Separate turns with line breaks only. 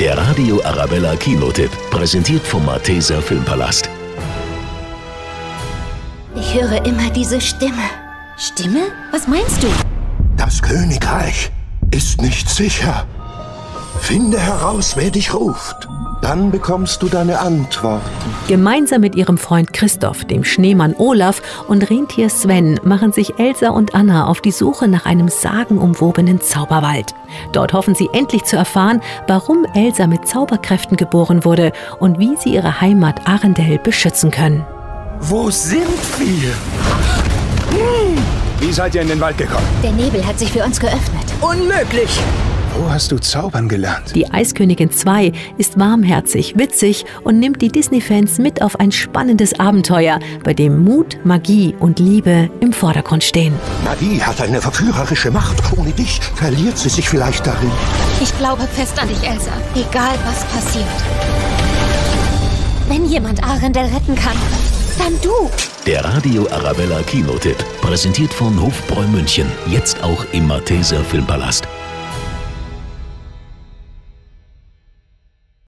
Der Radio Arabella Kinotipp, präsentiert vom Malteser Filmpalast.
Ich höre immer diese Stimme.
Stimme? Was meinst du?
Das Königreich ist nicht sicher. Finde heraus, wer dich ruft. Dann bekommst du deine Antwort.
Gemeinsam mit ihrem Freund Christoph, dem Schneemann Olaf und Rentier Sven machen sich Elsa und Anna auf die Suche nach einem sagenumwobenen Zauberwald. Dort hoffen sie endlich zu erfahren, warum Elsa mit Zauberkräften geboren wurde und wie sie ihre Heimat Arendelle beschützen können.
Wo sind wir?
Wie seid ihr in den Wald gekommen?
Der Nebel hat sich für uns geöffnet.
Unmöglich!
Wo hast du zaubern gelernt?
Die Eiskönigin 2 ist warmherzig, witzig und nimmt die Disney-Fans mit auf ein spannendes Abenteuer, bei dem Mut, Magie und Liebe im Vordergrund stehen.
Magie hat eine verführerische Macht. Ohne dich verliert sie sich vielleicht darin.
Ich glaube fest an dich, Elsa. Egal was passiert. Wenn jemand Arendelle retten kann, dann du.
Der Radio Arabella Kinotipp, präsentiert von Hofbräu München, jetzt auch im Malteser Filmpalast.